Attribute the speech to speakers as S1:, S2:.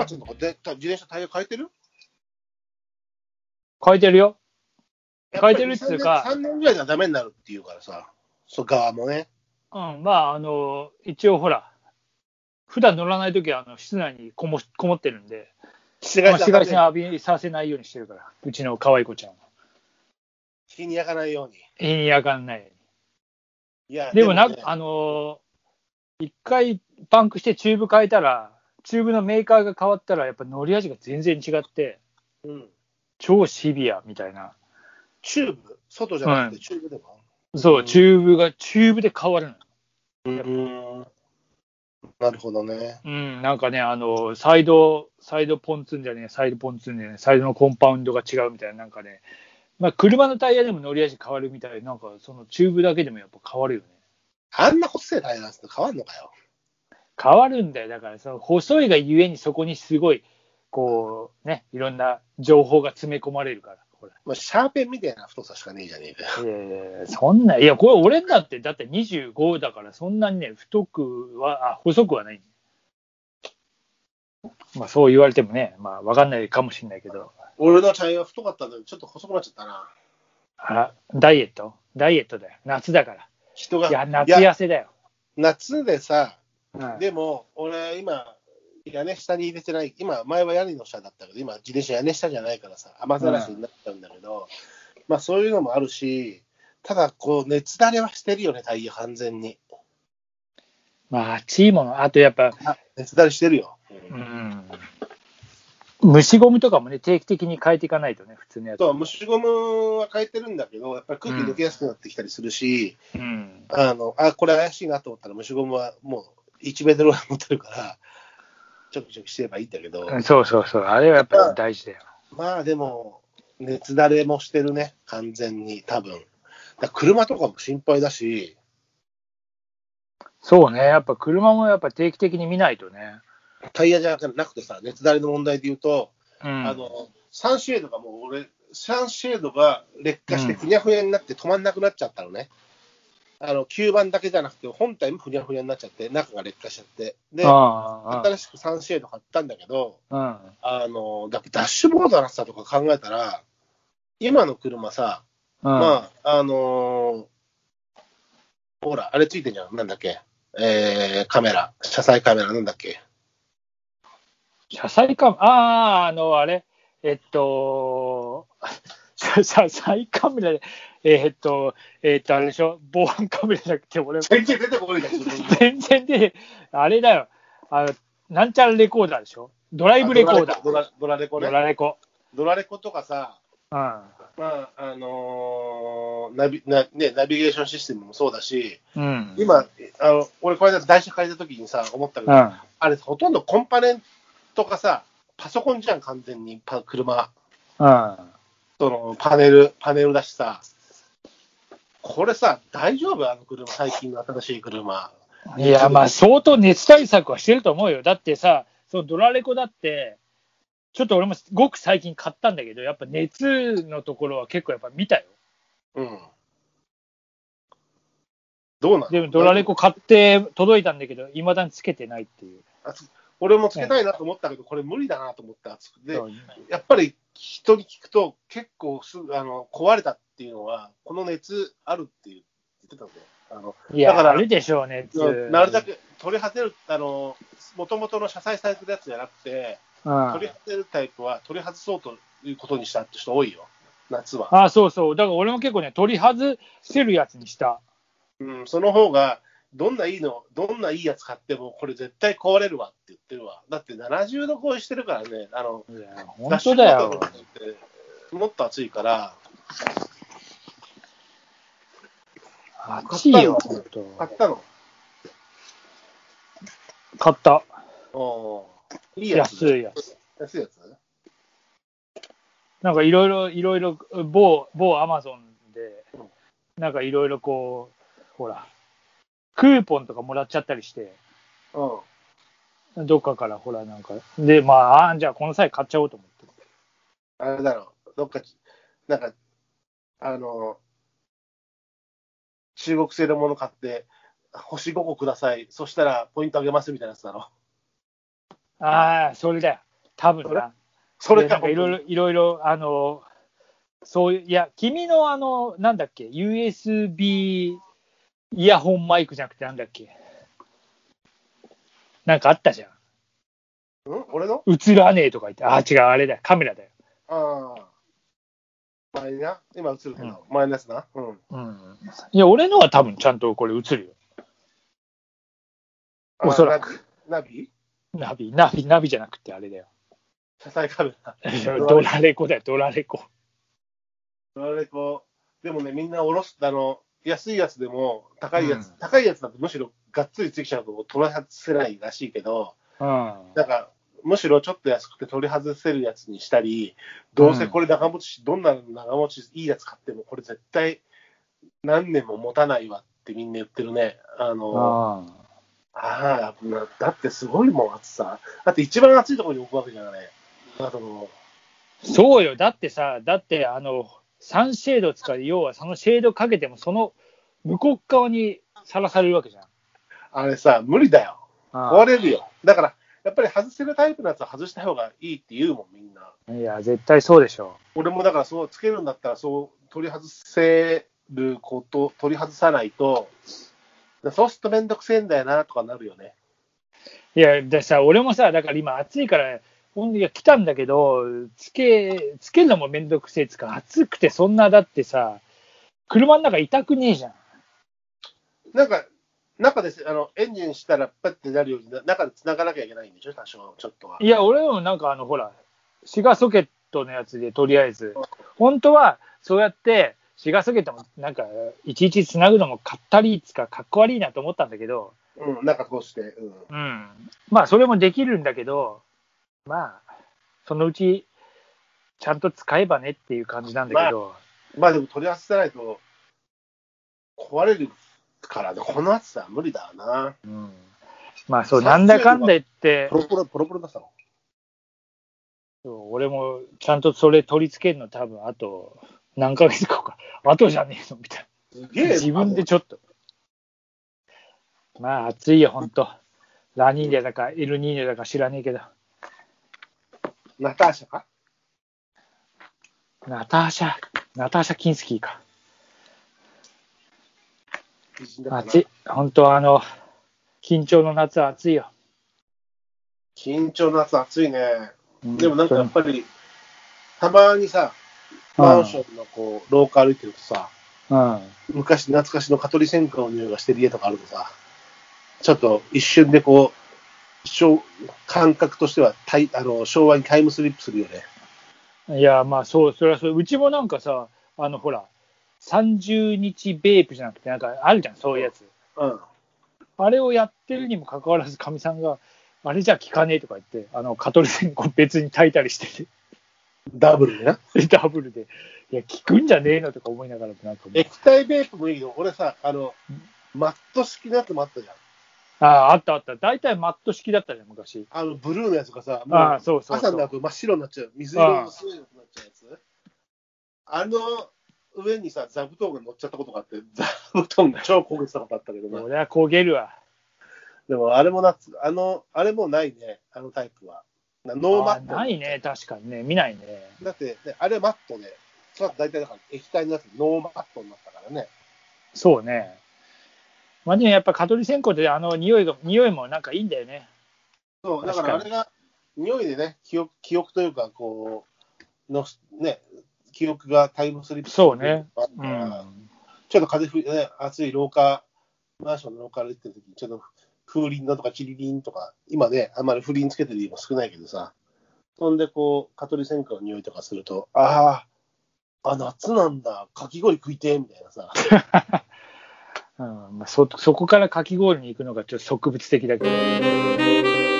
S1: た自転車タイヤ変えてる
S2: 変えてるよ。変えてるっつうか
S1: 3年 ,3 年ぐらいじゃダメになるっていうからさ、そ側もね。
S2: うん、まあ、あの、一応ほら、普段乗らないときは、あの、室内にこもしこもってるんで、
S1: 紫
S2: まあ
S1: 外
S2: 紫外
S1: 線
S2: 線
S1: は
S2: 浴びさせないようにしてるから、うちの可愛い子ちゃんは。
S1: 日に焼かないように。
S2: いいやかんない。
S1: いや、
S2: でもな、
S1: ね
S2: あのー一回パンクしてチューブ変えたら、チューブのメーカーが変わったら、やっぱ乗り味が全然違って、
S1: うん、
S2: 超シビアみたいな。
S1: チューブ、外じゃなくてチューブでも。
S2: そうう、
S1: ん
S2: チューブが、チューブで変わるの。
S1: うん、なるほどね。
S2: うん、なんかね、あの、サイド、サイドポンツンじゃねえ、サイドポンツンじゃねえ、サイドのコンパウンドが違うみたいな、なんかね、まあ、車のタイヤでも乗り味変わるみたいな、なんか、そのチューブだけでもやっぱ変わるよね。
S1: あんな細いタイヤなんて変わんのかよ。
S2: 変わるんだよ。だから、その細いがゆえにそこにすごい、こう、ね、いろんな情報が詰め込まれるから。ほら
S1: まあ、シャーペンみたいな太さしかねえじゃねえかよ。
S2: いやいやいやそんな、いや、これ俺だって、だって25だから、そんなにね、太くは、あ、細くはない。まあ、そう言われてもね、まあ、わかんないかもしれないけど、
S1: 俺のタイヤ太かったのにちょっと細くなっちゃったな。
S2: あら、ダイエットダイエットだよ。夏だか
S1: 人が。
S2: ら。いや、夏痩せだよ。
S1: 夏でさ、
S2: うん
S1: でも、俺、今、屋根下に入れてない、今、前は屋根の下だったけど、今、自転車屋根下じゃないからさ、雨ざらしになっちゃうんだけど、まあ、そういうのもあるし、ただ、こう、熱だれはしてるよね、タイヤ、完全に。
S2: まあ、チームの、あとやっぱ、
S1: 熱だれしてるよ。
S2: うん、虫ゴムとかもね、定期的に変えていかないとね、普通のやつ。
S1: と、虫ゴムは変えてるんだけど、やっぱり空気抜けやすくなってきたりするし、
S2: うん、
S1: あの、あ、これ怪しいなと思ったら、虫ゴムはもう、1メートルぐらい持ってるから、ちょくちょくしてればいいんだけど、
S2: そうそうそう、あれはやっぱり大事だよ。
S1: まあでも、熱だれもしてるね、完全に、多分だ車とかも心配だし、
S2: そうね、やっぱ車もやっぱ定期的に見ないとね。
S1: タイヤじゃなくてさ、熱だれの問題で言うと、
S2: うん、
S1: あのサンシェードがもう俺、サンシェードが劣化して、ふにゃふにゃになって止まんなくなっちゃったのね。あの吸盤だけじゃなくて、本体もふにゃふにゃになっちゃって、中が劣化しちゃって、で、
S2: ああ
S1: 新しくサンシェード買ったんだけど、
S2: あ
S1: あのだってダッシュボードの厚さとか考えたら、今の車さ、
S2: あ、うん、
S1: まあ、あのーほら、あれついてんじゃん、なんだっけ、えー、カメラ、車載カメラ、なんだっけ、
S2: 車載カメラ、ああ、あの、あれ、えっと、 車車載カメラで、えっと、えっと、あれでしょ、防犯カメラじゃなくて、俺、
S1: 全然出てこないんだけど、
S2: 全然で、あれだよ、あの、なんちゃらレコーダーでしょ、ドライブレコーダー、
S1: ドラドラレコ
S2: ド
S1: ね、
S2: ラレコ。
S1: ドラレコとかさ、
S2: うん
S1: まあ、あのーナビなね、ナビゲーションシステムもそうだし、
S2: うん、
S1: 今、あの俺、これ台車変えた時にさ、思ったけ
S2: う
S1: ど、
S2: ん、
S1: あれ、ほとんどコンパネントがさ、パソコンじゃん、完全に、パ車。
S2: うん、
S1: そのパネル、パネルだしさ、これさ、大丈夫あの車、最近の新しい車。
S2: いや、まあ、相当熱対策はしてると思うよ。だってさ、そのドラレコだって、ちょっと俺もごく最近買ったんだけど、やっぱ熱のところは結構やっぱ見たよ。
S1: うん。どうなの
S2: でもドラレコ買って届いたんだけど、いまだにつけてないっていう。
S1: 俺もつけたいなと思ったけど、これ無理だなと思った。で
S2: そ、う
S1: やっぱり人に聞くと、結構すぐあの壊れたっていうのは、この熱あるって言ってたんだよ。あの
S2: いや、
S1: だから
S2: あるでしょうね、
S1: なるだ
S2: け。
S1: け取り果てる、あの、もともとの車載されてるやつじゃなくて、
S2: うん
S1: 取り果てるタイプは取り外そうということにしたって人多いよ、夏は。
S2: ああ、そうそう。だから俺も結構ね、取り外せるやつにした。
S1: うん、その方が、どんないいの、どんないいやつ買っても、これ絶対壊れるわって言ってるわ。だって70度超えしてるからね、あの、
S2: いや、本当だ
S1: ダッ。シュボード
S2: よ
S1: のやつってもっと暑いから、
S2: 熱いよ、
S1: 買
S2: 本
S1: 買っ
S2: 当。
S1: たの。
S2: 買った。
S1: おーいいやつ。
S2: 安いやつ。
S1: 安いやつ
S2: なんかいろいろ、いろいろ、某、某アマゾンで
S1: う、
S2: なんかいろいろこう、ほら、クーポンとかもらっちゃったりして、
S1: うん。
S2: どっかからほら、なんか、で、まあ、あじゃあこの際買っちゃおうと思って。
S1: あれだろう、どっか、なんか、あの、中国製のもの買って、星5個ください。そしたらポイントあげますみたいなやつだろ。
S2: ああ、それだよ。多分な。
S1: それ
S2: で
S1: か
S2: なんかいろいろ、いろいろ、あの、そういう、いや、君のあの、なんだっけ、USB イヤホンマイクじゃなくてなんだっけ。なんかあったじゃん。
S1: 僕ん俺の
S2: 映らねえとか言って、ああ、違う、あれだ、カメラだよ。
S1: ああ。マイナ今映るけど、マイナスな。うん。
S2: うん。いや、俺のは多分ちゃんとこれ映るよ。
S1: あー
S2: おそらく。
S1: ナビナビ
S2: ナビ、ナビ、ナビじゃなくてあれだよ。
S1: 車載カメラ。
S2: いやドラレコだよ、ドラレコ。
S1: ドラレコ。でもね、みんなおろす、あの、安いやつでも、高いやつ、
S2: うん
S1: 高いやつだとむしろがっつりついちゃうと取り外せないらしいけど、
S2: うん。
S1: なんか、むしろちょっと安くて取り外せるやつにしたり、どうせこれ長持ちし、どんな長持ちいいやつ買っても、これ絶対何年も持たないわってみんな言ってるね。あの、
S2: ああ。
S1: ああなだってすごいもん、暑さ。だって一番暑いところに置くわけじゃない。あの、
S2: そうよ、だってさ、だってあの、サンシェード使う、要はそのシェードかけても、その向こう側にさらされるわけじゃん。
S1: あれさ、無理だよ。壊
S2: あ
S1: れるよ。だから、やっぱり外せるタイプのやつは外した方がいいって言うもん、みんな。
S2: いや、絶対そうでしょ
S1: 俺もだから、そう、つけるんだったら、そう、取り外せること、取り外さないと、そうするとめんどくせえんだよな、とかなるよね。
S2: う。いや、でさ、俺もさ、だから今暑いから、ほんいや来たんだけど、つけ、つけるのもめんどくせえっつうか、暑くてそんな、だってさ、車の中痛くねえじゃん。
S1: なんか、中です、あの、エンジンしたら、パッてなるように、な中で繋がなきゃいけないんでしょ、多少、ちょっとは。
S2: いや、俺もなんかあの、ほら、シガーソケットのやつで、とりあえず、本当はそうやって、シガーソケットもなんか、いちいちつなぐのもかったりいつか、かっこ悪いなと思ったんだけど、
S1: うん、なんかこうして、うん。
S2: うん。まあ、それもできるんだけど、まあ、そのうち、ちゃんと使えばねっていう感じなんだけど、
S1: まあでも取り外さないと壊れるからね、この暑さは無理だな。
S2: うん。まあ、そう、なんだかんだ言って、
S1: ロポロ、ポロポロ出したの
S2: そう俺もちゃんとそれ取り付けるの多分、あと、何ヶ月後か、あとじゃねえのみたいな。
S1: すげえ。
S2: 自分で。ちょっと。まあ、暑いよ、ほんと。ラニーニャだか、エルニーニャだか知らねえけど。
S1: ナターシャか
S2: ナターシャ、ナターシャ・キンスキーか。
S1: 美人だった
S2: 暑。
S1: ない
S2: ほんと、あの、緊張の夏は暑いよ。
S1: 緊張の夏暑いね。
S2: う
S1: でもなんかやっぱり、たまにさ、マンションのこう、廊下歩いてるとさ、
S2: うん。
S1: 昔懐かしの蚊取り線香の匂いがしてる家とかあるとさ、ちょっと一瞬でこう、昭感覚としてはタイあの昭和にタイムスリップするよね。
S2: いや、まあ、そう、それはそう。うちもなんかさ、あの、ほら、30日ベープじゃなくて、なんかあるじゃん、そういうやつ。
S1: うん。
S2: あれをやってるにもかかわらず、かみさんが、あれじゃ効かねえとか言って、あの、カトルセンコ別に炊いたりしてて。
S1: ダブルでな。
S2: ダブルで、いや、聞くんじゃねえのとか思いながらも、なんかもう
S1: 液体ベープもいいけど、俺さ、あの、マット式のやつもあったじゃん。
S2: ああ、あったあった、大体マット式だったね、昔。
S1: あの、ブルーのやつがさ、もう
S2: ああ、そうそう
S1: 朝に
S2: そ
S1: なる
S2: う。
S1: と真っ白になっちゃう。水色の水色になっちゃうやつ。あの上にさ、座布団が乗っちゃったことがあって、座布団が超焦げてたことあったけどな。
S2: 俺は焦げるわ。
S1: でもあれもなつ、あの、あれもうないね、あのタイプは。なノーマ
S2: あ
S1: ット。
S2: ないね、確かにね、見ないね。
S1: だって、ね、あれマットで、だ大体だから液体のやつ、ノーマットになったからね。
S2: そうね。まあ、でもやっぱ蚊取り線香って、あの匂いが、匂いもなんかいいんだよね。
S1: そう、だ
S2: 確
S1: かあ
S2: からに
S1: れが、匂いでね、記憶記憶というか、こう、のね、記憶がタイムスリップする
S2: そうね
S1: あった
S2: う
S1: から
S2: ん。
S1: ちょっと風吹いてね、暑い廊下、マンションの廊下歩いてるときに、ちょっと風鈴だとかチリリンとか、今ね、あんまり風鈴つけてる家も少ないけどさ、そんでこう、蚊取り線香の匂いとかすると、ああ、あ、夏なんだ、かき氷食いてえ、みたいなさ、
S2: うんまあ、そそこからかき氷に行くのがちょっと植物的だけど。